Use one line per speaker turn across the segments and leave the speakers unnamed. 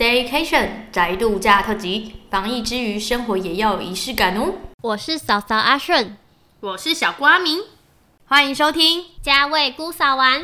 Staycation 宅度假特辑，防疫之余，生活也要有仪式感哦。
我是嫂嫂阿顺，
我是小瓜明，
欢迎收听，
家味姑嫂玩。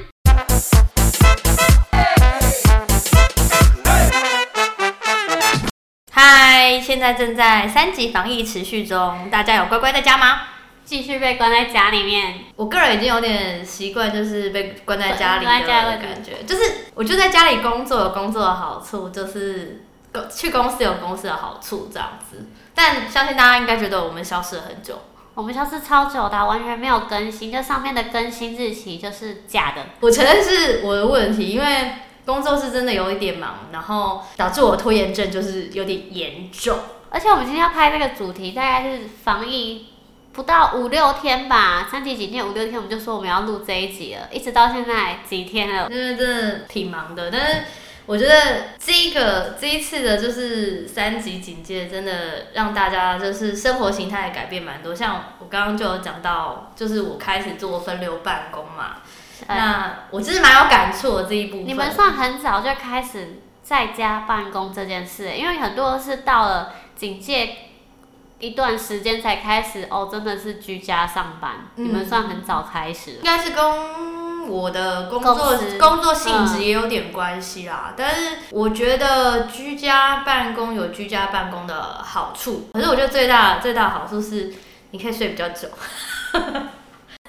嗨，现在正在三级防疫持续中，大家有乖乖在家吗？
继续被关在家里面，
我个人已经有点习惯，就是被关在家里
关在家
的
里
感觉，就是我就在家里工作有工作的好处，就是公去公司有公司的好处这样子。但相信大家应该觉得我们消失了很久，
我们消失超久的啊，完全没有更新，就上面的更新日期就是假的。
我承认是我的问题，因为工作是真的有一点忙，然后导致我拖延症就是有点严重。
而且我们今天要拍这个主题，大概是防疫不到五六天吧，三级几天五六天，我们就说我们要录这一集了，一直到现在几天了，
因呃为真的挺忙的，但是我觉得这一个这一次的就是三级警戒，真的让大家就是生活形态改变蛮多。像我刚刚就有讲到，就是我开始做分流办公嘛，
哎
那我其实蛮有感触的这一部分。
你们算很早就开始在家办公这件事，因为很多是到了警戒一段时间才开始哦，真的是居家上班。
嗯
你们算很早开始
应，
哦
该是跟我的工作
公司
工作性质也有点关系啦。但是我觉得居家办公有居家办公的好处，可是我觉得最大最大的好处是你可以睡比较久。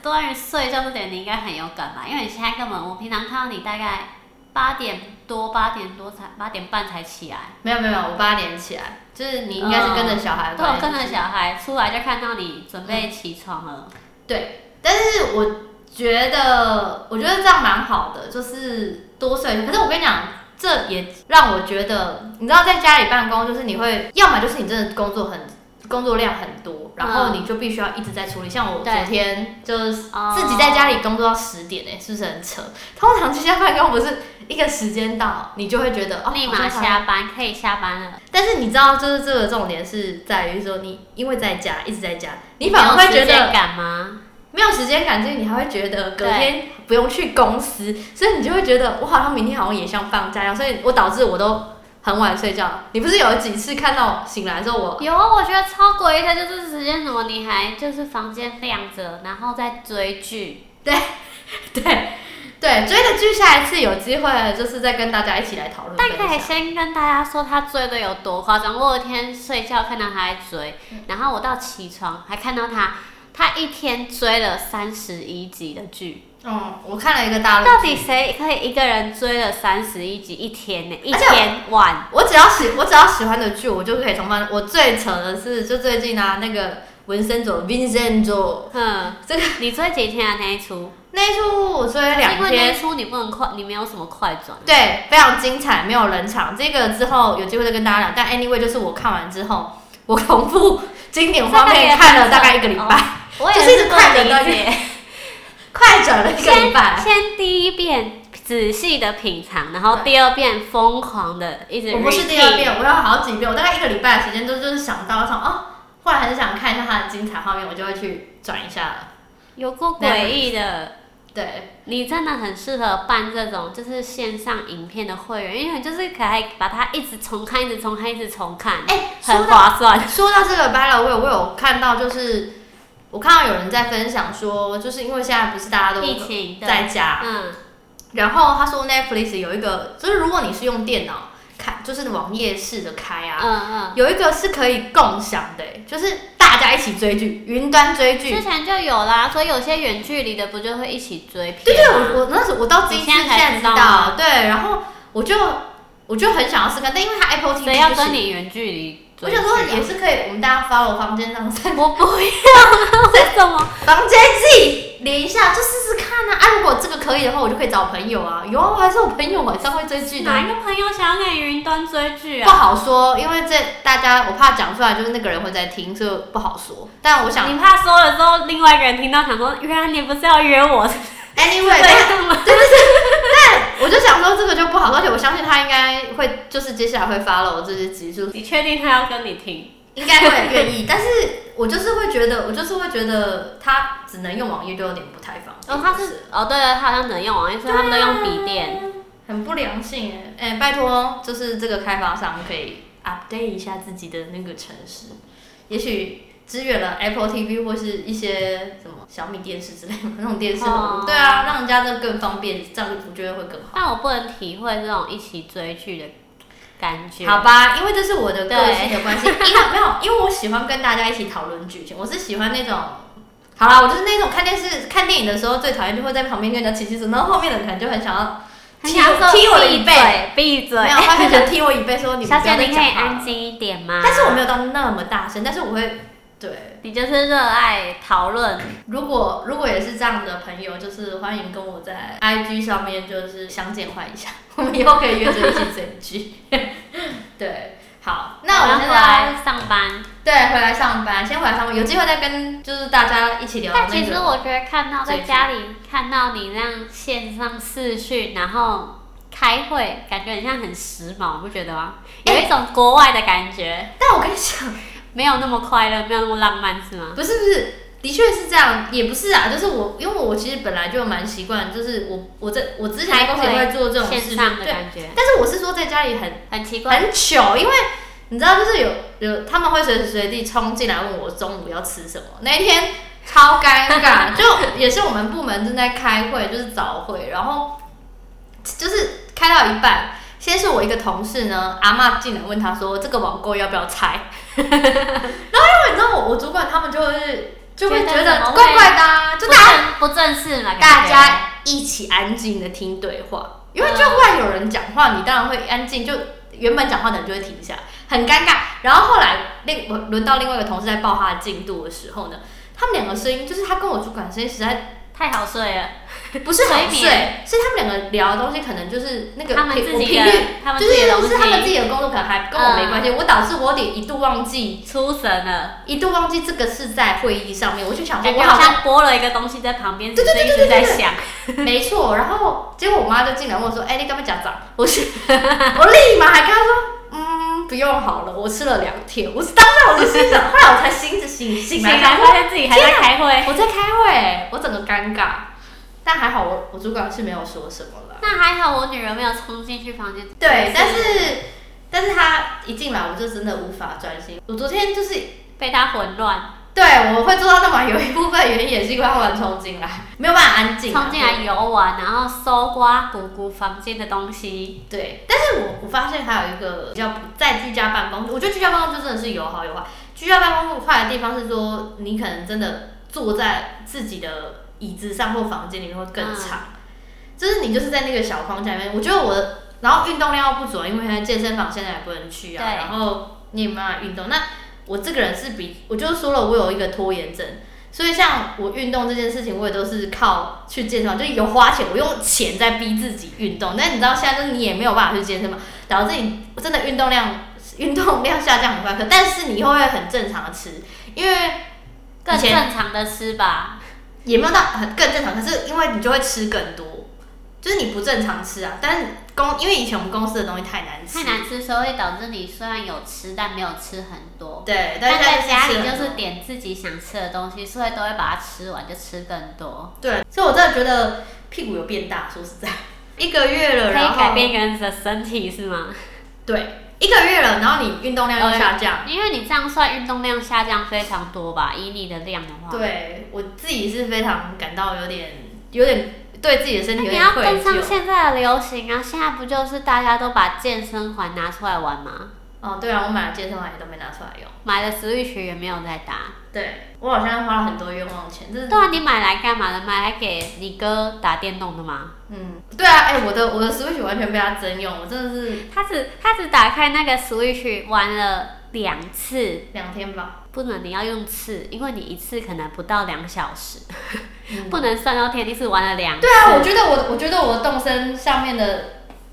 关于睡觉这点你应该很有感吧？因为你现在根本，我平常看到你大概八点多、八点多才八点半才起来，
没有没有，我八点起来，就是你应该是跟着小孩的
都有
关系、
嗯哦跟着小孩出来就看到你准备起床了。
对，但是我觉得，我觉得这样蛮好的，就是多睡。可是我跟你讲，这也让我觉得，你知道，在家里办公，就是你会，要么就是你真的工作很工作量很多，然后
嗯
你就必须要一直在处理。像我昨
对
天就是
哦
自己在家里工作到十点、欸，是不是很扯？通常居家办公不欸是一个时间到，你就会觉得哦，
立
好
马
像才
下班，可以下班了。
但是你知道，就是这个重点是在于说，你因为在家一直在家，你反而会觉
你有时间
得
感吗？
没有时间感，所以你还会觉得隔
对
天不用去公司，所以你就会觉得我好像明天好像也像放假一样，所以我导致我都很晚睡觉。你不是有几次看到醒来之后我
有啊，我觉得超诡异的就是时间怎么你还就是房间亮着，然后再追剧，
对对追的剧，下一次有机会就是再跟大家一起来讨论
但
分
可
享。
以先跟大家说他追的有多夸张。我有一天睡觉看到他在追，
嗯
然后我到起床还看到他，他一天追了三十一集的剧，
嗯，我看了一个大陆
到
剧
底谁可以一个人追了三十一集一天呢、一
而且我
天晚
我只要喜我只要喜欢的剧，我就可以重翻。我最扯的是，就最近啊，那个文森佐 Vincenzo
哼，
这个
你追几天啊？那一出？
那一出我追了
因
两
为那一
天，
出你不能快，你没有什么快转。
对，非常精彩，没有冷场。这个之后有机会再跟大家聊。但 anyway，就是我看完之后，我重复经典画面看了大概一个礼
哦
拜，
我
就
也
是一直
不
看着
理
那个
解。
快转了一个礼拜。
先第一遍仔细的品尝，然后第二遍疯狂的一直 repeat。
我不是第二遍，我有好几遍，我大概一个礼拜的时间都就是想到说哦，忽然很想看一下它的精彩画面，我就会去转一下。
有过诡异的。
对，
你真的很适合办这种就是线上影片的会员，因为你就是可以把它一直重看，一直重看，一直重看，
哎、
很划算。
说到这个 by the way，我有看到，就是我看到有人在分享说，就是因为现在不是大家都
疫情的，
在家，
嗯，
然后他说 Netflix 有一个，就是如果你是用电脑开，就是网页式的开啊，
嗯
有一个是可以共享的、就是大家一起追剧，云端追
嗯，之
剧。
前就有啦，所以有些远距离的不就会一起追片？
对对，我我那时候我到这一次
你现在才
现在知
知道啊
道啊
吗，
对，然后我就我就很想要试看，但因为它 Apple
谁
TV
要
不
跟
行，
你远距离
我
追剧啊？
想 说也是可以，我们大家 follow 房间上三
我 不要， 为什么？
房间自己连一下，就试试看啊！啊，如果这个可以的话，我就可以找朋友啊。有啊，我还是我朋友晚上会追剧的。
哪一个朋友想要跟你云端追剧
不
啊？
好说，因为这大家我怕讲出来，就是那个人会在听，所以不好说。但我想
哦你怕说了之后，另外一个人听到想说，原来你不是要约我，是
，anyway，
这
但
样吗？
我就想说这个就不好说，而且我相信他应该会，就是接下来会 follow 这些集数，
你确定他要跟你听？
应该会愿 意。但是我就是会觉得，我就是会觉得他只能用网页就有点不太方便。
哦哦，他是哦，对了，他好像只能用网页，所以他们都用笔电。
很不良性哎、哎、拜托，就是这个开发商可以 update 一下自己的那个城市，也许支援了 Apple TV 或是一些什么小米电视之类的那种电视网络
哦
对啊，让人家这更方便，这样我觉得会更好。
但我不能体会这种一起追剧的感觉。
好吧，因为这是我的个
对
性的关系，因 为没有，因为我喜欢跟大家一起讨论剧情，我是喜欢那种。好啦，我就是那种看电视、看电影的时候最讨厌就会在旁边跟人家起起手，然后后面的人可能就很想要
很
踢
想
我
说
踢我的一背，，
闭嘴
没
闭
有，
嘴。
他很想踢我一背，说你们不要
小姐，
再
你可
讲
以
话
安
了。
静一点吗？
但是我没有到那么大声，但是我会对。
你就是热爱讨论，
如果如果也是这样的朋友，就是欢迎跟我在 IG 上面就是相见欢一下， 我们以后可以约着一起追剧。 对，好，那我们
然后
现
回
在
来上班。
对回来上班，先回来上班，有机会再跟就是大家一起聊、那
但
个。
其实我觉得看到在
追剧
家里看到你那样线上视讯，然后开会，感觉很像很时髦，不觉得吗？有
哎
一种国外的感觉，
但我跟你讲，
没有那么快乐，没有那么浪漫，是吗？
不是不是，的确是这样，也不是啊，就是我因为我其实本来就蛮习惯，就是我我这我之前
开
公司也
会
会做这种
线
事情，
上的
对，
感觉
但是我是说在家里很
很奇怪。
很糗，因为你知道，就是有有他们会随时随地冲进来问我中午要吃什么。那一天超尴尬，就也是我们部门正在开会，就是早会，然后就是开到一半，先是我一个同事呢，阿嬷进来问他说这个网购要不要拆， 然后因为你知道我我主管他们就会就会
觉
觉
得怎
得
么会
怪怪的、啊，就
不
大家
正不正式嘛，
大
感觉
家一起安静的听对话，因为就忽然有人讲话，你当然会安静，就原本讲话的人就会停下，很尴尬。然后后来另我轮到另外一个同事在报他的进度的时候呢，他们两个声音就是他跟我主管的声音实在
太好睡了，
不是很
催
睡，是他们两个聊的东西可能就是那个
他们
频
自己
频
的
率，，
他们
就
自己的
是
东
是他们自
西嗯
己的工作可能还跟我没关系，我导致我有点一度忘记，
出神了，
一度忘记这个是在会议上面，我就想说
感
我
觉
好
好
像
像拨了一个东西在旁边，
对
只
对对
是一
对对
直在
对
想，
没错，然后结果我妈就进来问我说：“哎、你干嘛假长？”我 是我立马还跟她说：“嗯，不用好了，我吃了两天。”我是当下我就心想，后来我才醒着醒醒来，
醒
然
来
后
发现自己还在开会。
我在开会，我整个尴尬。但还好我我主管是没有说什么啦。
那还好，我女儿没有冲进去房间。
对，但是但是她一进来我就真的无法专心。我昨天就是
被她混乱
对我会做到那么晚有一部分原因也是因为她忽然冲进来，没有办法安静啊、
冲进来游玩，然后搜刮姑姑房间的东西。
对，但是我我发现还有一个比较不在居家办公，我觉得居家办公就真的是有好有坏。居家办公坏的地方是说，你可能真的坐在自己的椅子上或房间里面会更长，就是你就是在那个小框架里面。我觉得我的，然后运动量又不足，因为现在健身房现在也不能去啊，
对
然后你也没办法运动。那我这个人是比，我就说了，我有一个拖延症。所以像我运动这件事情，我也都是靠去健身房，就是有花钱，我用钱在逼自己运动。但你知道现在就是你也没有办法去健身房，导致你真的运动量运动量下降很快。可但是你以后会很正常的吃，因为
更
以前
正常的吃吧，
也没有到很更正常，可是因为你就会吃更多，就是你不正常吃啊。但是公因为以前我们公司的东西太难吃，
太难吃，所以会导致你虽然有吃，但没有吃很多。
对，但
但
是
在
现
家
吃
里
很
就
多
是点自己想吃的东西，所以都会把它吃完，就吃更多。
对，所以我真的觉得屁股有变大，说实在， 一个月了，
可以
然后
改变一个人的身体是吗？
对，一个月了，然后你运动量
哦
又下降。
因为你这样算运动量下降非常多吧，以你的量的话。
对我自己是非常感到有点有点对自己的身体有
啊你
点
要
愧
跟上
疚。
现在的流行啊！现在不就是大家都把健身环拿出来玩吗？
哦，对啊，我买了健身环也都没拿出来用。
买了 Switch 也没有在打。
对我好像花了很多冤枉钱，这是
对啊，你买来干嘛的？买来给你哥打电动的吗？
嗯，对啊，哎、我的我的 Switch 完全被他征用，我真的是
他只他只打开那个 Switch 玩了两次，
两天吧。
不能你要用次，因为你一次可能不到两小时，
嗯
不能算到天地是玩了两次。
对啊，我觉得我我觉得我动身上面的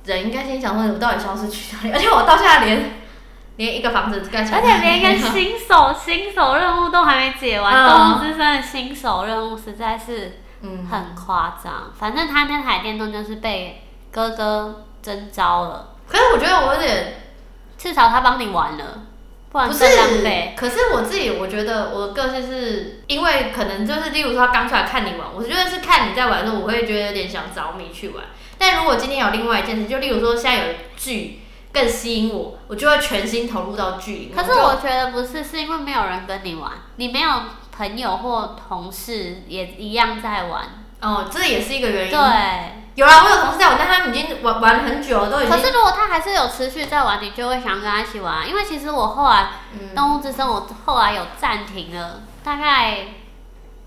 人应该先想说，我到底消失去哪里？而 且我到现在连连一个房子盖起来
而
都没
且
有，
连一个新手新手任务都还没解完，
嗯
动物之森的新手任务实在是
嗯
很夸张。反正他那台电动就是被哥哥征召了，
可是我觉得我有点
至少他帮你玩了，不然
不
更
是
浪费。
可是我自己，我觉得我的个性是因为可能就是，例如说他刚出来看你玩，我觉得是看你在玩的时候，我会觉得有点想找你去玩。但如果今天有另外一件事，就例如说现在有剧更吸引我，我就会全心投入到剧里面。
可是
就
我觉得不是，是因为没有人跟你玩，你没有朋友或同事也一样在玩。
哦，这也是一个原因。
对，
有啦，我有同事在我，但他们已经玩玩很久了，都已
可
经
是如果他还是有持续在玩，你就会想跟他一起玩。啊因为其实我后来《
嗯
动物之声》，我后来有暂停了，大概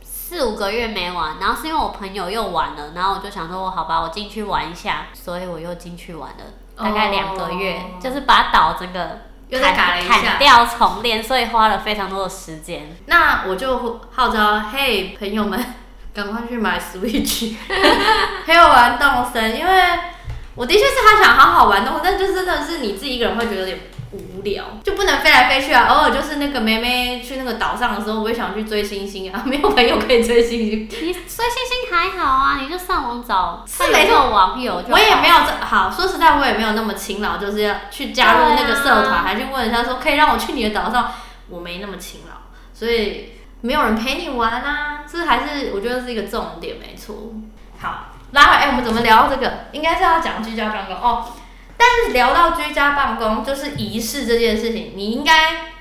四五个月没玩，然后是因为我朋友又玩了，然后我就想说，我好吧，我进去玩一下，所以我又进去玩了。大概两个月
哦
就是把岛整个
又再改了一下
砍掉重练，所以花了非常多的时间。
那我就号召，嘿，朋友们，赶快去买 Switch，陪我玩动森，因为我的确是还想好好玩动森，但就是真的是你自己一个人会觉得有点无聊，就不能飞来飞去啊。偶尔就是那个妹妹去那个岛上的时候，我也想去追星星啊，没有朋友可以追星星，
你所以星星还好啊，你就上网找
是没
看有没有网友就好
我也没有这好，说实在，我也没有那么勤劳，就是要去加入那个社团，
对啊
还去问人家说可以让我去你的岛上，我没那么勤劳，所以没有人陪你玩啊，这还是我觉得是一个重点，没错。好，拉回来，哎、我们怎么聊到这个？应该是要讲居家办公哦，但是聊到居家办公，就是仪式这件事情，你应该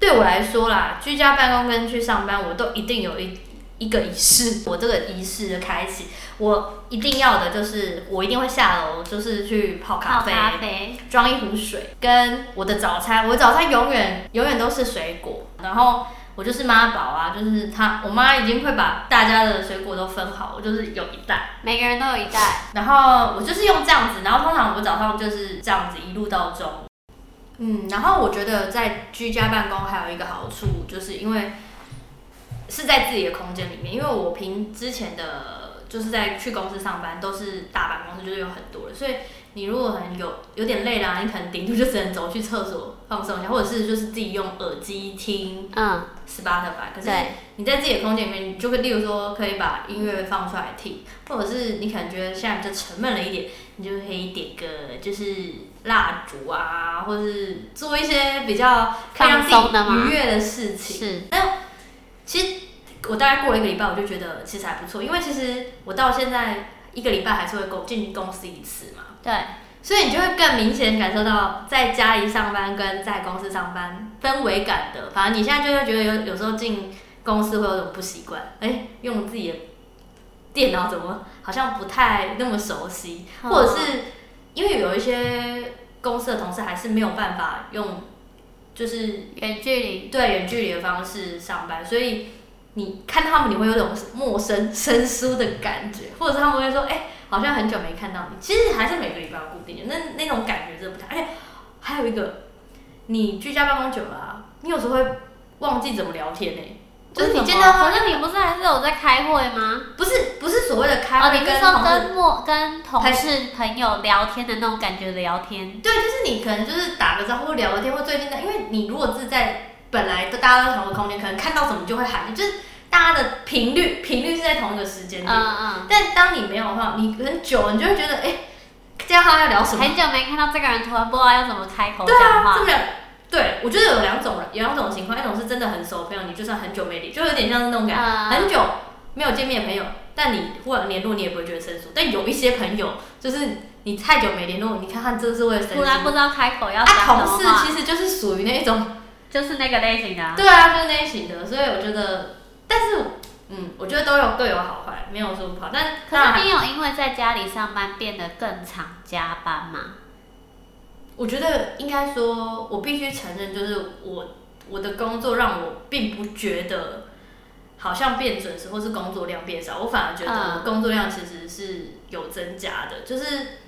对我来说啦，居家办公跟去上班，我都一定有一一个仪式， 我这个仪式的开启。我一定要的就是，我一定会下楼，就是去泡咖
泡
啡，
咖啡，
装一壶水，跟我的早餐。我早餐永远永远都是水果，然后我就是妈宝啊，就是她，我妈已经会把大家的水果都分好，我就是有一袋，
每个人都有一袋。
然后我就是用这样子，然后通常我早上就是这样子一路到中午。嗯，然后我觉得在居家办公还有一个好处，就是因为是在自己的空间里面，因为我平之前的就是在去公司上班都是大办公室，就是有很多人，所以你如果很有有点累啦，你可能顶多就只能走去厕所放松一下，或者是就是自己用耳机听
嗯，
Spotify。可是
对，
你在自己的空间里面，你就会，例如说，可以把音乐放出来听，或者是你可能觉得现在比较沉闷了一点，你就可以点个就是蜡烛啊，或是做一些比较可以让自
放松的吗
己愉悦的事情。
是
其实我大概过了一个礼拜，我就觉得其实还不错，因为其实我到现在一个礼拜还是会公进公司一次嘛，
对，
所以你就会更明显感受到在家里上班跟在公司上班氛围感的。反正你现在就会觉得有有时候进公司会有种不习惯，哎、用自己的电脑怎么好像不太那么熟悉，
嗯
或者是因为有一些公司的同事还是没有办法用，就是
远距离。
对远距离的方式上班，所以你看他们，你会有种陌生生疏的感觉，或者是他们会说，哎、好像很久没看到你。其实还是每个礼拜有固定的，那那种感觉真的不太。而且还有一个，你居家办公久了啊、你有时候会忘记怎么聊天呢、就是你
为什
见
么
到
可
他，
是你不是还是有在开会吗？
不是不是所谓的开
哦，
会
你是
跟
说
同事，
跟陌跟同事朋友聊天的那种感觉聊天？
对，就是你可能就是打个招呼、聊个天，或最近的，因为你如果是在本来都大家都同一个空间，可能看到什么就会喊，就是大家的频率频率是在同一个时间
嗯
点。
嗯，
但当你没有的话，你很久，你就会觉得，哎、这样他要聊什么？
很久没看到这个人，突然不知道要怎么开口
对
讲
啊，
话
这。么聊。对，我觉得有两种人，有两种情况，一种是真的很熟的朋友，你就算很久没理，就有点像是那种感觉，
嗯
很久没有见面的朋友，但你忽然联络，你也不会觉得生疏。但有一些朋友，就是你太久没联络，你看他真的是会生
突然
疏。
不知道开口要
啊
讲，什么
同事
话，
其实就是属于那种，
就是那个类型的啊。
对啊，就是那一型的，所以我觉得，但是，嗯，我觉得都有各有好坏，没有说不好。但
可
当然还
是你有因为在家里上班变得更常加班吗？
我觉得应该说，我必须承认，就是我我的工作让我并不觉得好像变准时或是工作量变少，我反而觉得
嗯
工作量其实是有增加的。就是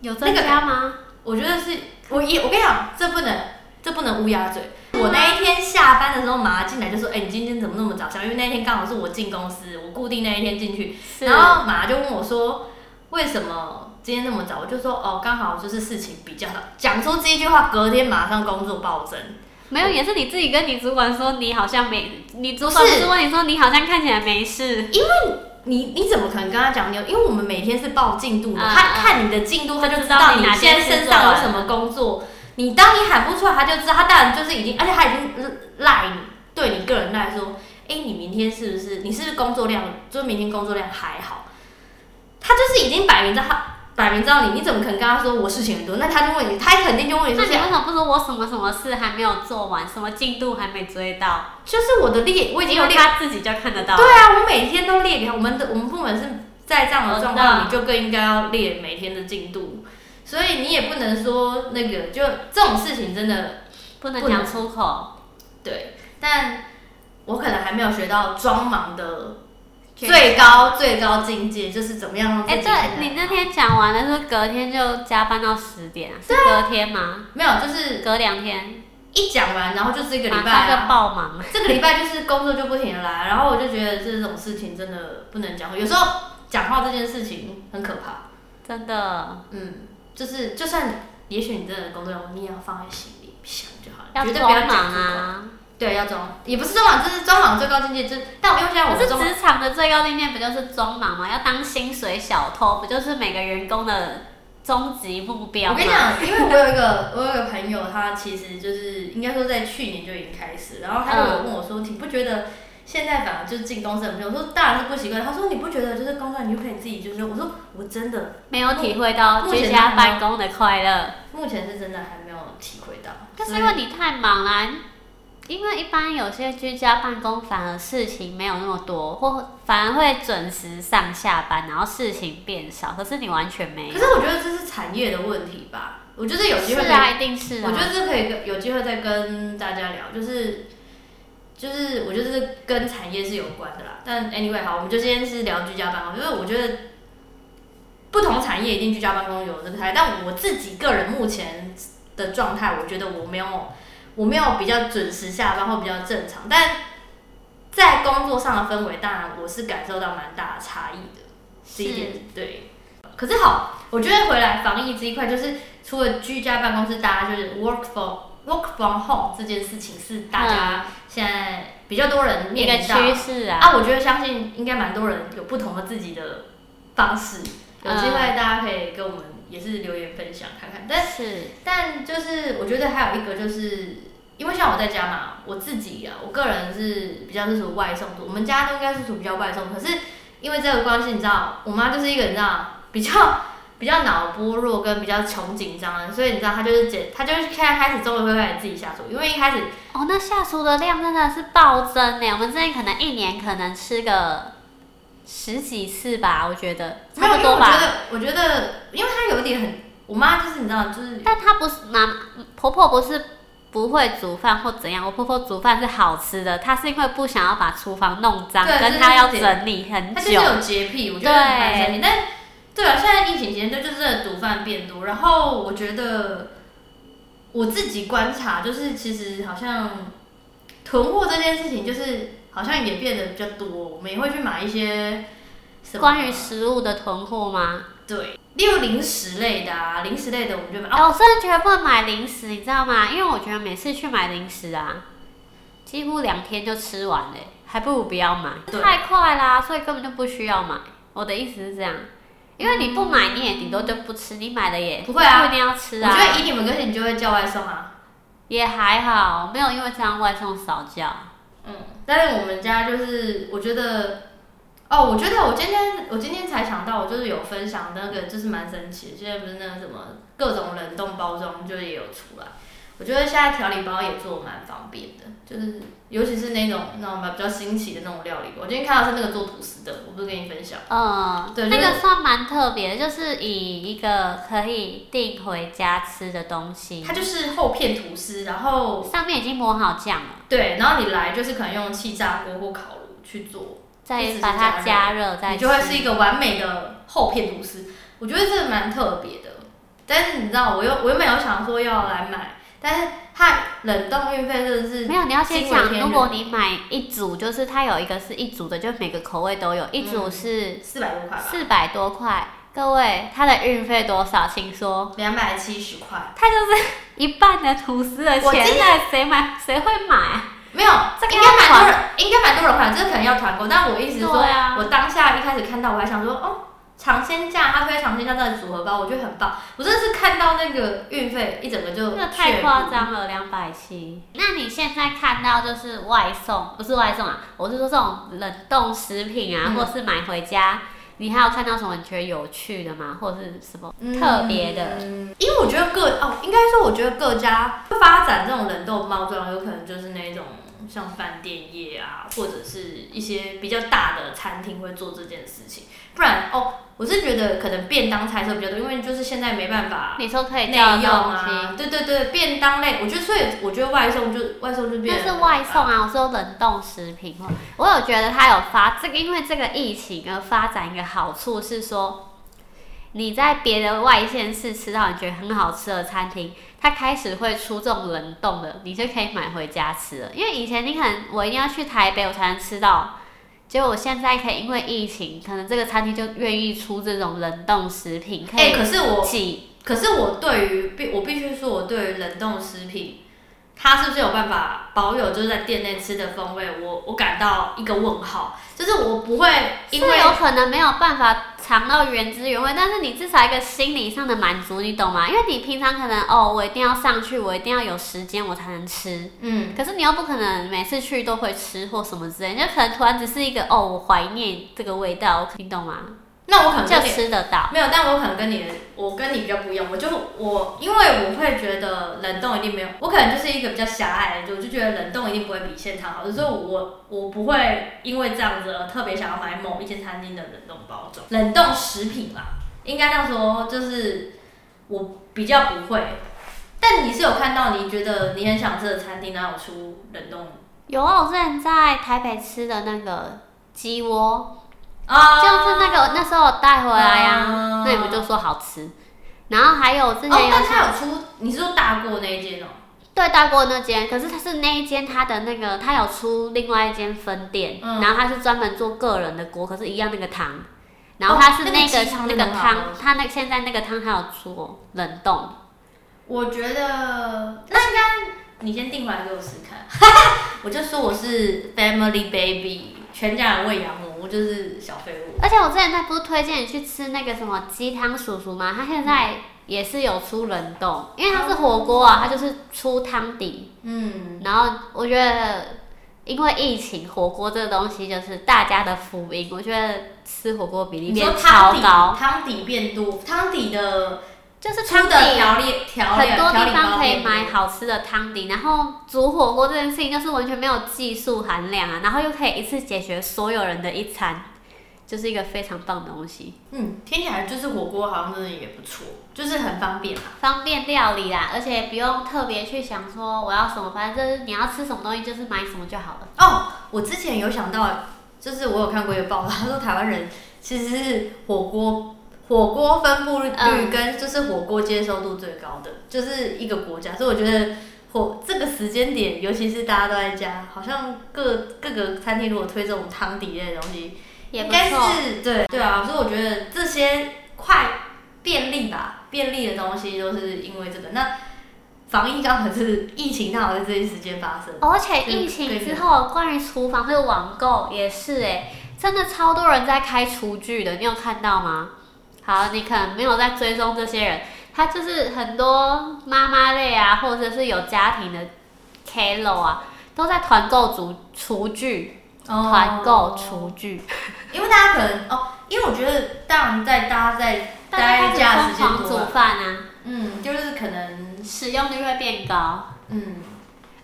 有
增加
吗？
我觉得是，我也我跟你讲，这不能这不能乌鸦嘴。我那一天下班的时候，马上进来就说：“哎、你今天怎么那么早下班？”因为那一天刚好是我进公司，我固定那一天进去，
是
然后马就问我说：“为什么今天那么早？”我就说：“哦，刚好就是事情比较少。”讲出这一句话，隔天马上工作暴增。
没有，也是你自己跟你主管说你好像没，你主管不是问你说你好像看起来没事，
你你怎么可能跟他讲你有？因为我们每天是报进度的，
嗯
他
嗯
看你的进度，他就
就
知
知
道
道
你
你哪
现
件
在
事
身
做
上有
完
什么工作。你当你喊不出来，他就知道，他当然就是已经，而且他已经赖你，对你个人来说，哎、你明天是不是？你是不是工作量？就是明天工作量还好？他就是已经摆明在他摆明知道你，你怎么可能跟他说我事情很多？那他就问你，他肯定就问你
那
说啊
你为什么不说我什么什么事还没有做完，什么进度还没追到？
就是我的列，我已经有
因为
列
他自己就看得到。
对啊，我每天都列给他。我们的我们部门是在这样的状
哦我知
况，
道
你就更应该要列每天的进度。所以你也不能说那个，就这种事情真的
不能讲出口，
对。但我可能还没有学到装忙的
确
最高最高境界，就是怎么样让自
哎、
己
对你那天讲完了，是隔天就加班到十点啊？是隔天吗？
没有，就是
隔两天，
一讲完，然后就这个礼
马
拜、
上
啊
就，爆忙。
这个礼拜就是工作就不停的来，然后我就觉得这种事情真的不能讲话，有时候讲话这件事情很可怕。
真的
嗯，就是就算也许你真的工作量，你也要放在心里想就好
要
了，绝对不要
装
讲出
忙
口。
啊！
对，要装，也不是装忙，就是装忙最高境界，就是但我因为现在我
哎可是
们装忙，
职场的最高境界不就是装忙吗？要当薪水小偷，不就是每个员工的终极目标
我
吗
跟？你讲，因为我有一个我有一个朋友，他其实就是应该说在去年就已经开始，然后
嗯
他就有问我说，你不觉得？现在反而就是进公司很不习惯，我说当然是不习惯。他说你不觉得就是工作你就可以自己就是，我说我真的
没有体会到
目前
居家办公的快乐，
目前是真的还没有体会到。
但是
所以
因为你太忙啦、因为一般有些居家办公反而事情没有那么多，或反而会准时上下班，然后事情变少，可是你完全没
可
有。
是我觉得这是产业的问题吧。我觉得有机会可以
是啊，一定是啊。
我觉得这可以跟有机会再跟大家聊，就是就是我觉得这跟产业是有关的啦。但 anyway 好，我们就先是聊居家办公，因为我觉得不同产业一定居家办公有这个态，但我自己个人目前的状态，我觉得我没有我没有比较准时下班或比较正常，但在工作上的氛围，当然我是感受到蛮大的差异的，这一点
是
对。可是好，我觉得回来防疫这一块，就是除了居家办公室，大家就是 work from work from home 这件事情是大家现在比较多人
嗯一个
面临到
趋势啊，
啊，我觉得相信应该蛮多人有不同的自己的方式，有机会大
嗯
家可以跟我们也是留言分享看看。但
是
但就是我觉得还有一个就是，因为像我在家嘛，我自己啊，我个人是比较是属外送族，我们家都应该是属比较外送。可是因为这个关系，你知道，我妈就是一个你知道比较 比较脑波弱跟比较穷紧张的，所以你知道她就是姐，她就是现在开始终于会开始自己下厨，因为一开始
哦，那下厨的量真的是暴增呢。我们之前可能一年可能吃个十几次吧，我觉得
没有，
差
因
不
为
多
我觉
吧。
得我觉得，因为她有一点很，我妈就是你知道就是
但她不是妈婆婆不是不会煮饭或怎样，我婆婆煮饭是好吃的，她是因为不想要把厨房弄脏，
对
跟
这
她
是
要
点
整理很
他就是
久。
有洁癖，我觉得蛮神奇。但对啊，现在疫情期间，就就是真的毒贩变多。然后我觉得我自己观察，就是其实好像囤货这件事情，就是好像也变得比较多。我们也会去买一些什么
关于食物的囤货吗？
对，例如零食类的啊，零食类的我们就买。
哎、
哦，
我真的觉得不能买零食，你知道吗？因为我觉得每次去买零食啊，几乎两天就吃完了、还不如不要买，
对
太快啦，所以根本就不需要买。我的意思是这样，因为你不买，你也顶多就不吃，你买了也
不会啊
不一定要吃啊。
我觉得以你们个性，你就会叫外送啊。
也还好，没有因为这样外送少叫。
嗯，但是我们家就是我觉得。哦，我觉得我今天我今天才想到，我就是有分享那个，就是蛮神奇的。现在不是那个什么各种冷冻包装就也有出来，我觉得现在调理包也做得蛮方便的，就是尤其是那种那种比较新奇的那种料理包。我今天看到是那个做吐司的，我不是跟你分享，
嗯，
对
那
就
个算蛮特别的，就是以一个可以订回家吃的东西
它，就是厚片吐司，然后
上面已经抹好酱了，
对，然后你来就是可能用气炸锅或烤炉去做，一
再
直
把它
加热
加热再
你
吃，
就会是一个完美的厚片吐司。我觉得这蛮特别的，但是你知道，我又我又没有想说要来买，但是它冷冻运费真的是
没有，你要先
惊为
讲，
天
如果
人
你买一组，就是它有一个是一组的，就每个口味都有，一组是
四百多块吧，
四百多块。各位，它的运费多少？请说。
两百七十块，
它就是一半的吐司的
我记
钱，那谁买？谁会买啊？
没有，
这个
应
要
该蛮多
团
人，应该蛮多人款，这可能要团购。但我意思是说，
对啊
我当下一开始看到，我还想说，哦，尝鲜价，它推尝鲜价这个组合包，我觉得很棒。我真的是看到那个运费一整个就
这个
却
太
步
夸张了，两百七。那你现在看到就是外送，不是外送啊，我是说这种冷冻食品啊，
嗯
或是买回家，你还有看到什么你觉得有趣的吗？或者是什么特别的？
嗯，因为我觉得各哦，应该说我觉得各家发展这种人肉包装，有可能就是那种像饭店业啊，或者是一些比较大的餐厅会做这件事情。不然哦，我是觉得可能便当菜色比较多，因为就是现在没办法
你说可以
内
叫
用
的东西
啊，，对对对，便当类，我觉得所以我觉得外送就外送就变
那
得
是外送啊，我说冷冻食品哦。我有觉得它有发这个，因为这个疫情而发展一个好处是说，你在别的外县市吃到你觉得很好吃的餐厅，它开始会出这种冷冻的，你就可以买回家吃了。因为以前你可能我一定要去台北我才能吃到，结果我现在可以因为疫情，可能这个餐厅就愿意出这种冷冻食品，可
哎、
以
可是我
寄。
可是我对于必我必须说，我对于冷冻食品，它是不是有办法保有就是在店内吃的风味，我我感到一个问号，就是我不会因为
是有可能没有办法尝到原汁原味，但是你至少一个心理上的满足，你懂吗？因为你平常可能哦，我一定要上去，我一定要有时间我才能吃，
嗯
可是你又不可能每次去都会吃或什么之类，就可能突然只是一个哦，我怀念这个味道，你懂吗？
那我可能
就
跟你
吃得到。
没有，但我可能跟你的我跟你比较不一样，我就我因为我会觉得冷冻一定没有，我可能就是一个比较狭隘的，我就觉得冷冻一定不会比现场好，所以我我不会因为这样子而特别想要买某一间餐厅的冷冻包装、冷冻食品啦，应该这样说，就是我比较不会。但你是有看到你觉得你很想吃的餐厅，然后有出冷冻
有啊，我之前在台北吃的那个鸡窝，
啊
就是那个那时候我带回来呀、
啊
那你不就说好吃？然后还有之前
哦，
有
但
想
它有出，你是说大锅那一间哦、
对，大锅那间，可是它是那一间，它的那个它有出另外一间分店，
嗯
然后它是专门做个人的锅，可是一样那个汤，然
哦
后它是
那个
那个、
鸡汤啊
那
那
个
个
汤
好好，
它那现在那个汤还有做冷冻，
我觉得那应该你先定回来给我试试看。 我就说我是 family baby，全家人喂养我，我就是小废物。
而且我之前在不是推荐你去吃那个什么鸡汤叔叔吗？他现在也是有出冷冻，因为它是火锅啊，它就是出汤底，
哦嗯，
然后我觉得，因为疫情，火锅这个东西就是大家的福音。我觉得吃火锅比例
你
变
说
超
汤底
高，
汤底变多，汤底的
就是
出
汤
的
底哦
调料调料
很多
调理
地
包
方可以
变多
买好吃的汤底，然后煮火锅这件事情就是完全没有技术含量啊，然后又可以一次解决所有人的一餐，就是一个非常棒的东西，
嗯，听起来就是火锅好像真的也不错，就是很方便嘛。
方便料理啦，而且不用特别去想说我要什么，反正就是你要吃什么东西就是买什么就好了。
哦，我之前有想到，就是我有看过一个报道， 他说台湾人其实是火锅火锅分布率
嗯
跟就是火锅接受度最高的，就是一个国家，所以我觉得。火这个时间点，尤其是大家都在家，好像各各个餐厅如果推这种汤底类的东西，
也
应
不
该
错，
是对对啊，所以我觉得这些快便利吧，便利的东西都是因为这个。那防疫刚好是疫情，刚好在这一时间发生，
而且疫情之后，关于厨房这个网购也是哎、真的超多人在开厨具的，你有看到吗？好，你可能没有在追踪这些人，他就是很多妈妈类啊，或者是有家庭的 K 楼啊，都在团购厨厨具，
哦
团购厨具，
因为大家可能哦，因为我觉得当然在大家在
大家
待
开
家的时
始疯
间
狂
多
煮
了，
饭啊，
嗯，就是可能
使用率会变高。
嗯，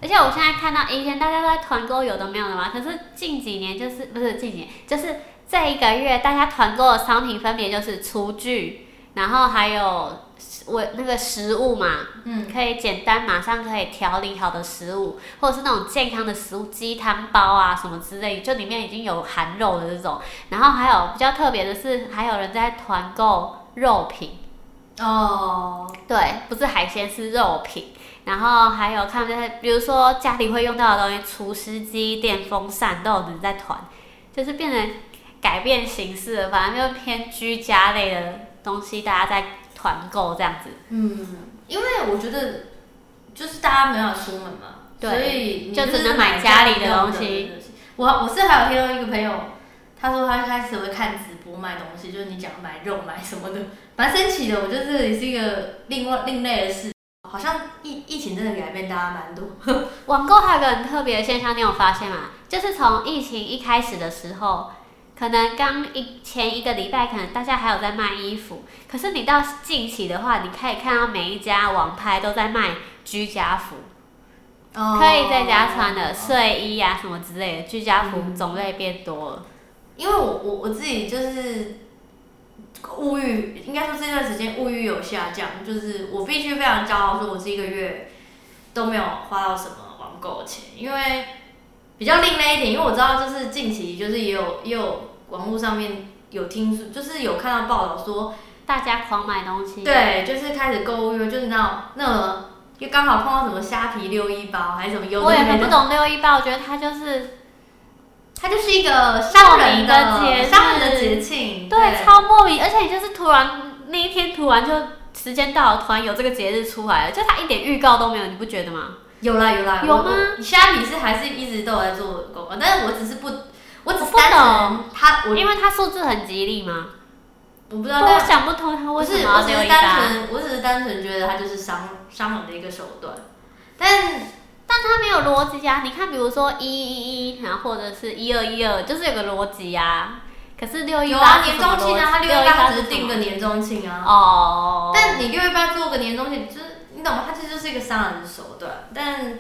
而且我现在看到以前大家都在团购有的没有的嘛，可是近几年就是不是近几年，就是这一个月大家团购的商品分别就是厨具，然后还有我那个食物嘛，
嗯，
可以简单马上可以调理好的食物，或者是那种健康的食物，鸡汤包啊什么之类，就里面已经有含肉的这种。然后还有比较特别的是，还有人在团购肉品。
哦，
对，不是海鲜是肉品，然后还有看那些，比如说家里会用到的东西，除湿机、电风扇都有人在团，就是变成改变形式了，反正就偏居家类的东西，大家在团购这样子。
嗯，因为我觉得就是大家没有出门嘛，
对
所以你
就只
是
能买
买
家里
里
的
用
东西。
我我是还有听到一个朋友，他说他开始会看直播卖东西，就是你讲买肉买什么的，蛮神奇的。我觉得这也是一个另外另类的事，好像疫疫情真的改变大家蛮多。
网购还有个很特别的现象，你有发现吗？就是从疫情一开始的时候，可能刚一前一个礼拜，可能大家还有在卖衣服，可是你到近期的话，你可以看到每一家网拍都在卖居家服，
哦
可以在家穿的睡衣啊什么之类的，居家服种类变多了。
因为我我我自己就是物欲，应该说这段时间物欲有下降，就是我必须非常骄傲，说我这一个月都没有花到什么网购钱，因为比较另类一点，因为我知道就是近期就是也有也有网络上面有听说，就是有看到报道说
大家狂买东西，，
对，就是开始购物欲，就是那种那种，就刚好碰到什么虾皮六一八还是什么优
我也很不
惠，
懂六一八，我觉得它就是
它就是一个商人
莫名的节日
商人的节庆，
对超莫名，而且你就是突然那一天突然就时间到了，突然有这个节日出来了，就它一点预告都没有，你不觉得吗？
有啦有啦
有
我
吗
我虾皮是还是一直都有在做广告，但是我只是不，我只
我
是
不
单
懂
纯它我
因为它数字很吉利嘛，
我不知道，
但我
但
想不通它
我
为
是
什么要
我只
六
是
一
单
八，
纯我只是单纯觉得它就是商商人的一个手段，但
但它没有逻辑啊。你看，比如说一一一，然后或者是一二一二，就是有个逻辑啊。可是六一
有啊
八
年终庆啊，它六
六
一八
八
只是定个年终庆啊，
哦，
但你六一八做个年终庆，就是你懂吗？它这就是一个商人的手段。但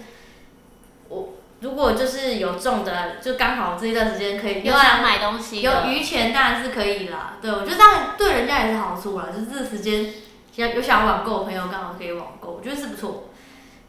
我如果就是有中的，就刚好这一段时间可以
有
有啊
想买东西
有
的，
余钱当然是可以啦。对，我觉得这样对人家也是好处啦，就是这时间有有想网购的朋友刚好可以网购，我觉得是不错。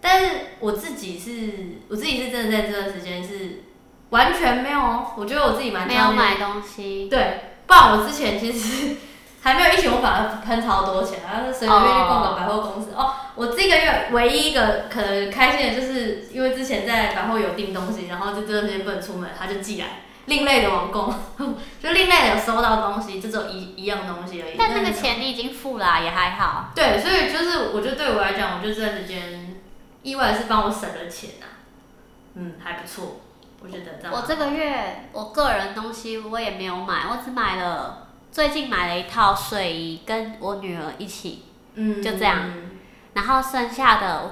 但是我自己是，我自己是真的在这段时间是完全没有哦，我觉得我自己蛮
没有
挑剔的
买东西。
对，不然我之前其实 还没有疫情，我反而喷超多钱，然后随
哦
随便便逛个百货公司。哦，我这个月唯一一个可能开心的就是，因为之前在百货有订东西，然后就这段时间不能出门，他就寄来另类的网购， 就另类的有收到东西，就只有一一样东西而已。
但那个钱你已经付了啊、也还好。
对，所以就是我觉得对我来讲，我就这段时间意外是帮我省了钱啊，嗯，还不错，我觉得这样。
我这个月我个人东西我也没有买，我只买了最近买了一套睡衣，跟我女儿一起，
嗯
就这样然后剩下的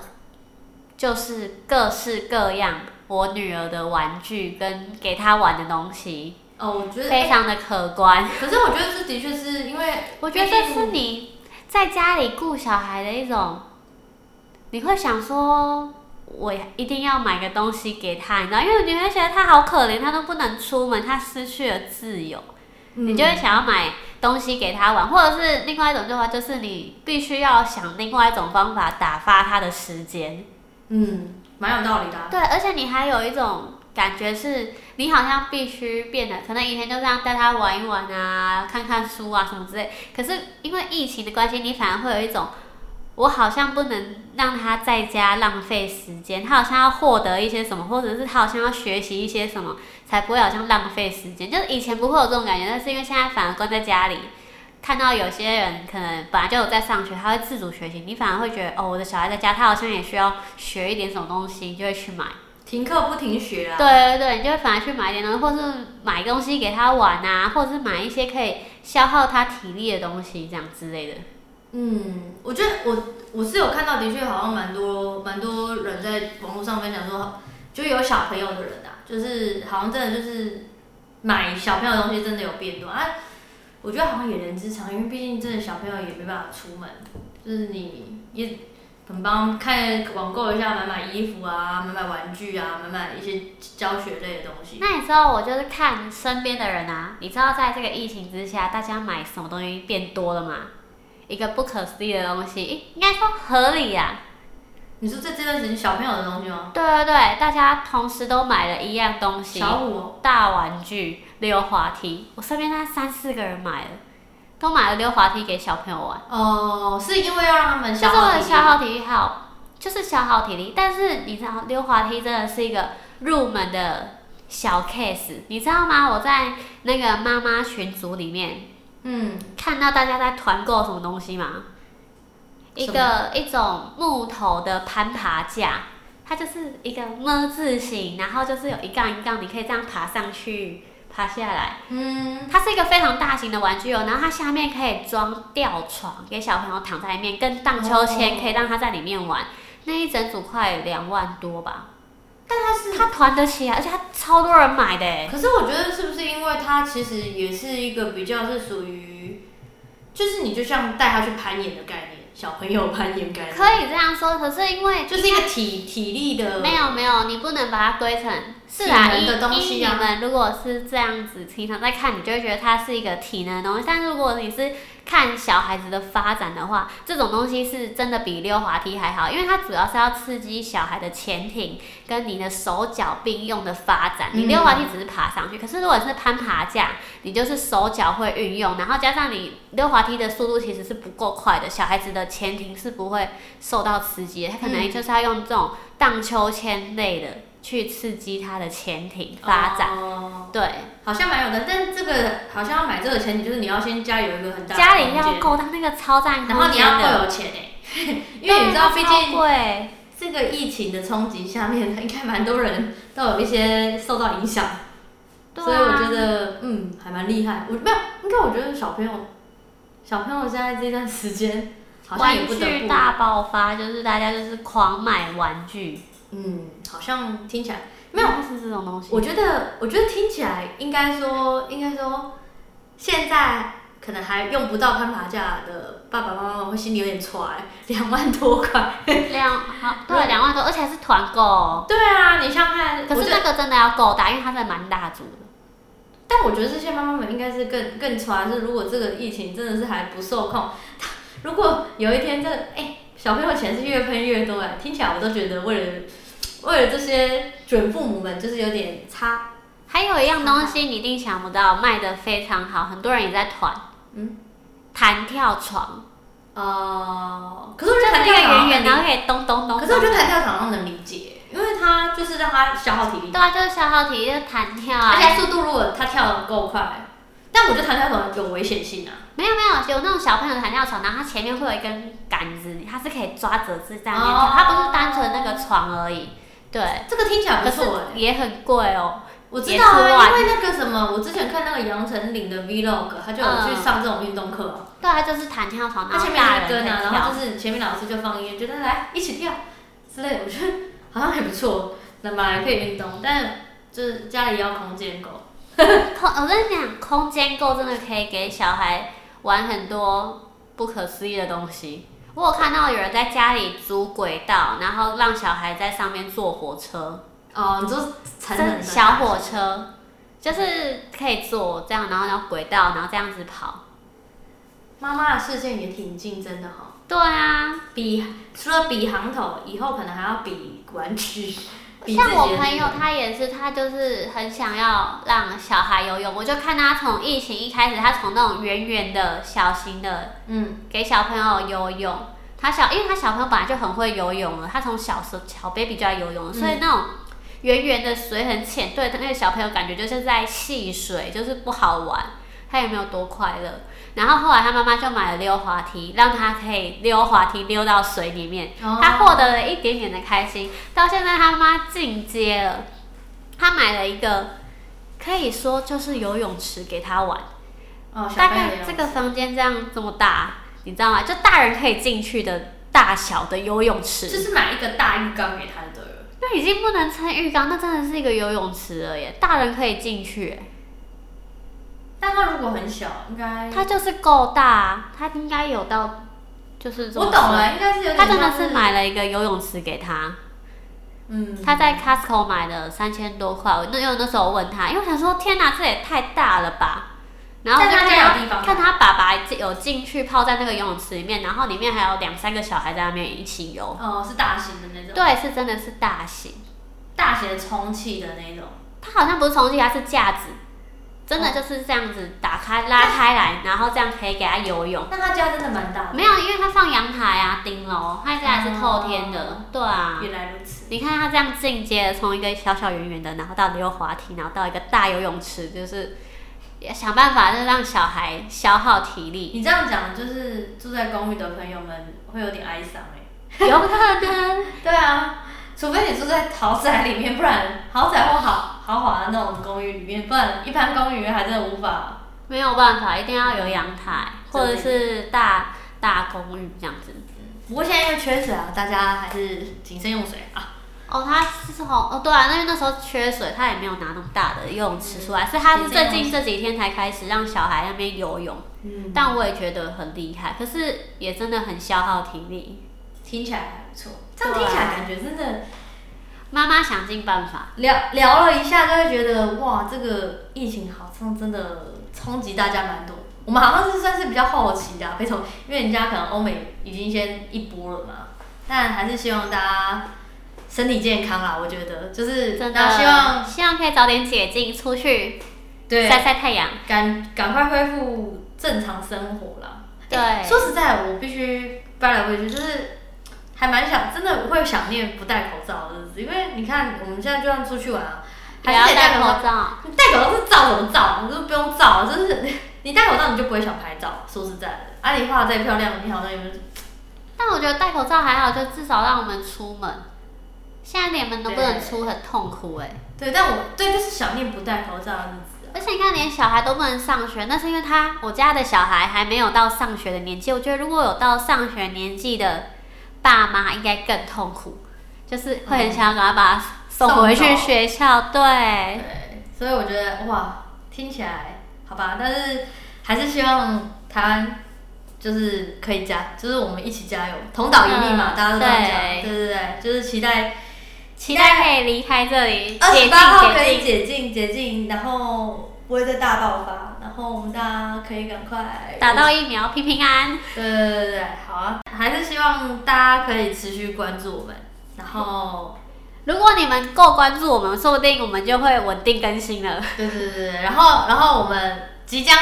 就是各式各样我女儿的玩具跟给她玩的东西，
哦，我觉得
非常的可观。
可是我觉得这的确是因为，
我觉得这是你在家里顾小孩的一种，你会想说，我一定要买个东西给他，你知道，因为你会觉得他好可怜，他都不能出门，他失去了自由，
嗯
你就会想要买东西给他玩，或者是另外一种做法，就是你必须要想另外一种方法打发他的时间。
嗯，蛮有道理的啊、
对，而且你还有一种感觉是，你好像必须变得，可能以前就这样带他玩一玩啊，看看书啊什么之类。可是因为疫情的关系，你反而会有一种，我好像不能让他在家浪费时间，他好像要获得一些什么，或者是他好像要学习一些什么，才不会好像浪费时间。就是以前不会有这种感觉，但是因为现在反而关在家里。看到有些人可能本来就有在上学，他会自主学习，你反而会觉得哦，我的小孩在家，他好像也需要学一点什么东西，你就会去买。
停课不停学啊。
对对对，你就会反而去买一点东西，或是买东西给他玩啊，或者是买一些可以消耗他体力的东西，这样之类的。
嗯，我觉得我我是有看到，的确好像蛮多蛮多人在网络上分享说，就有小朋友的人啊，就是好像真的就是买小朋友的东西真的有变多啊。我觉得好像也人之常，因为毕竟真的小朋友也没办法出门，就是你也很帮看网购一下，买买衣服啊，买买玩具啊，买买一些教学类的东西。
那你知道我就是看身边的人啊，你知道在这个疫情之下，大家买什么东西变多了吗？一个不可思议的东西，诶应该说合理呀、
你说在这段时间小朋友的东西吗？
对对对，大家同时都买了一样东西，
小五、哦。
大玩具、溜滑梯，我身边那三四个人买了，都买了溜滑梯给小朋友玩。
哦，是因为要让他们
就
消
是
耗
我的
体
消
力。
耗体力好，就是消耗体力。但是你知道，溜滑梯真的是一个入门的小 case，你知道吗？我在那个妈妈群组里面
嗯，
看到大家在团购什么东西吗？一个一种木头的攀爬架，它就是一个么字形，然后就是有一杠一杠，你可以这样爬上去，爬下来。
嗯，
它是一个非常大型的玩具哦，然后它下面可以装吊床，给小朋友躺在里面，跟荡秋千
哦
可以让他在里面玩。那一整组快两万多吧，
但它是
他团得起来，而且他超多人买的欸，
可是我觉得是不是因为它其实也是一个比较是属于，就是你就像带他去攀岩的概念，小朋友攀岩概念，
可以这样说。可是因为
就是一个体体力的，
没有没有，你不能把它归成是
体
啊，
能
一
的东西啊
一你们如果是这样子平常在看，你就会觉得它是一个体能的东西。但如果你是看小孩子的发展的话，这种东西是真的比溜滑梯还好，因为它主要是要刺激小孩的前庭跟你的手脚并用的发展。你
嗯
溜滑梯只是爬上去，可是如果是攀爬架，你就是手脚会运用，然后加上你溜滑梯的速度其实是不够快的，小孩子的前庭是不会受到刺激的，他可能
嗯
就是要用这种荡秋千类的去刺激他的前庭发展。
哦
对，
好像蛮有的，但这个好像要买这个前提就是你要先家里有一个很大的
家里
空
要
间，
够大那个超占空
然后你
间
要
的，
够有钱哎、 因为你知道，毕
对
竟
超贵，
这个疫情的冲击下面，应该蛮多人都有一些受到影响，
对啊
所以我觉得嗯还蛮厉害。我没有，应该我觉得小朋友，小朋友现在这段时间好像也
啊玩
不得
具
不，
大爆发，就是大家就是狂买玩具，
嗯，好像听起来没有。
是这种东西。
我觉得，我觉得听起来应该说，应该说，现在可能还用不到攀爬架的爸爸妈妈们会心里有点挫，哎两万多 块。
两好对两万多，而且还是团购哦、
对啊，你想想看，
可
我
是
觉得
那个真的要够大，因为它真的蛮大组的。
但我觉得这些妈妈们应该是更更传，是如果这个疫情真的是还不受控，她如果有一天这哎、小朋友钱是越喷越多哎，听起来我都觉得为了为了这些准父母们就是有点差，
还有一样东西你一定想不到，卖的非常好，很多人也在团。
嗯，
弹跳床，
呃，可是我
就
觉得
是
弹
一
跳
个
床好
圆
像
圆，
能理
然后可以咚咚咚。
可是我觉得弹跳床好像能理解，因为它就是让他消耗体力，
对啊，就是消耗体力，就是弹跳啊
而。且速度如果他跳得够快，但我觉得弹跳床有危险性啊，
没有没有，有那种小朋友的弹跳床，然后它前面会有一根杆子，它是可以抓着自己在那边
哦
跳，它不是单纯那个床而已。对，
这个听起来不
可是
错哎、
也很贵哦。
我知道啊，
也
因为
是
那个什么，我之前看那个杨丞琳的 vlog，他就有去上这种运动课啊、
对啊，就是弹跳床，
他
然后
前面
大
有一
人
根啊，
可以
然后
跳。
就是前面老师就放音乐，觉得来一起跳之类的，我觉得好像还不错，那么还可以运动，但就是家里要空间够。
空，我跟你讲，空间够真的可以给小孩玩很多不可思议的东西。我有看到有人在家里租轨道，然后让小孩在上面坐火车，
哦，你说成人
真
的
小火车，就是可以坐这样，然后然后轨道，然后这样子跑。
妈妈的视线也挺竞争的哈、
对啊，
比除了比行头，以后可能还要比玩具，比自
像
己
我
的
朋友他也是，他就是很想要让小孩游泳。我就看他从疫情一开始，他从那种圆圆的小型的
嗯，
给小朋友游泳。他小，因为他小朋友本来就很会游泳了，他从小时候小 baby 就在游泳了，所以那种圆圆的水很浅，对那个小朋友感觉就是在戏水，就是不好玩，他也没有多快乐。然后后来他妈妈就买了溜滑梯，让他可以溜滑梯溜到水里面，
哦
他获得了一点点的开心。到现在他妈进阶了，他买了一个可以说就是游泳池给他玩。
哦，小
大
朋友
概
也有
这个房间这样这么大，你知道吗？就大人可以进去的大小的游泳池，
就是买一个大浴缸给他就对了。
那已经不能称浴缸，那真的是一个游泳池了耶。大人可以进去耶，
但他如果很小，应该
它就是够大啊，它应该有到就是这
我
么
懂
深。
了，应该是有点
他真的
像
是，买了一个游泳池给他，
嗯，
他在 Costco 买了三千多块。我那因为那时候我问他，因为我想说天哪，这也太大了吧。然后我就
但他
看
家有
他
地方吗
看他爸爸有进去泡在那个游泳池里面，然后里面还有两三个小孩在那边一起游。
哦是大型的那种，
对，是真的是大型。
大型的充气的那种，
它好像不是重庆，它是架子，真
哦
的就是这样子打开拉开来，然后这样可以给它游泳。
那他家真的蛮大的，
没有，因为它放阳台啊、顶楼，它家还是透天的。
哦
对啊，
原来如此，
你看它这样进阶，从一个小小圆圆的，然后到溜滑梯，然后到一个大游泳池，就是也想办法就是让小孩消耗体 力，
你这样讲就是住在公寓的朋友们会有点哀伤哎，
有可能。
对啊，除非你住在豪宅里面，不然豪宅或豪豪华的那种公寓里面，不然一般公寓还真的无法，
没有办法，一定要有阳台，或者是大大公寓这样子。
不过现在因为缺水啊，大家还是谨慎用水啊，
哦，它是从哦对啊，因为那时候缺水，它也没有拿那么大的游泳池出来，所以它是最近这几天才开始让小孩那边游泳。
嗯，
但我也觉得很厉害，可是也真的很消耗体力。
听起来还不错。这样听起来感觉真的
妈妈想尽办法，
聊聊了一下，就会觉得哇，这个疫情好像真的冲击大家蛮多。我们好像是算是比较好奇的、啊，非常，因为人家可能欧美已经先一波了嘛，但还是希望大家身体健康啦。我觉得就是，
真
那
的
希望
希望可以早点解禁，出去
对
晒晒太阳。
赶赶快恢复正常生活啦。
对
欸说实在，我必须掰来回去，就是还蛮想，真的会想念不戴口罩的日子，因为你看我们现在就算出去玩啊，
不
还
要
是得戴
戴
口罩
口。罩，
你戴口罩是照什么照？你都不用照，真是 你戴口罩你就不会想拍照。说实在的，啊，你画的再漂亮，你好像也没有
但我觉得戴口罩还好，就至少让我们出门。现在连门都不能出，很痛苦哎、
对，但我对就是想念不戴口罩的日子啊。
而且你看，连小孩都不能上学，那是因为他我家的小孩还没有到上学的年纪。我觉得如果有到上学年纪的爸妈，应该更痛苦，就是会很想要赶快把他送回去
送走
学校。对，
对，哎所以我觉得哇，听起来好吧，但是还是希望台湾就是可以加，就是我们一起加油，同岛一命嘛，
嗯
大家都这样讲，
对
对对对，就是期待
期待可以离开这里，
二
解
十
禁
八号可
解
以解
禁。
禁解禁，然后不会再大爆发，然后我们大家可以赶快
打到疫苗，平平安。
对对对对，好啊！还是希望大家可以持续关注我们，然后
如果你们够关注我们，说不定我们就会稳定更新了。
对对对对，然后然后我们即将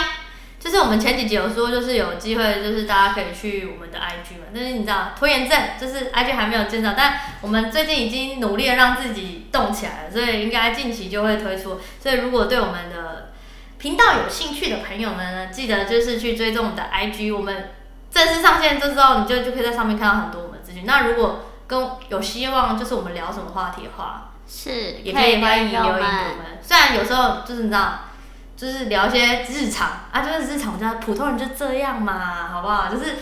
就是我们前几集有说，就是有机会就是大家可以去我们的 IG 嘛，但是你知道拖延症就是 IG 还没有建造，但我们最近已经努力的让自己动起来了，所以应该近期就会推出。所以如果对我们的频道有兴趣的朋友们呢，记得就是去追踪我们的 IG，我们正式上线之后，你就就可以在上面看到很多我们的资讯。那如果跟有希望就是我们聊什么话题的话，
是，
也可以欢迎留
留
言给我
们。
们。虽然有时候就是你知道，就是聊一些日常啊，就是日常，就是普通人就这样嘛，好不好？就是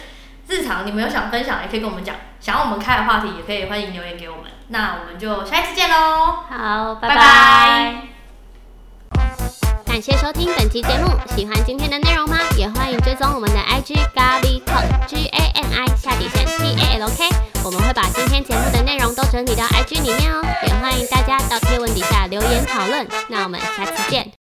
日常，你们有想分享也可以跟我们讲，想要我们开的话题也可以欢迎留言给我们。那我们就下一次见喽！
好，
拜
拜
拜
拜
感谢收听本期节目，喜欢今天的内容吗？也欢迎追踪我们的 IG Gali Talk G A N I 下底线 T A L K，我们会把今天节目的内容都整理到 IG 里面哦，也欢迎大家到贴文底下留言讨论。那我们下次见。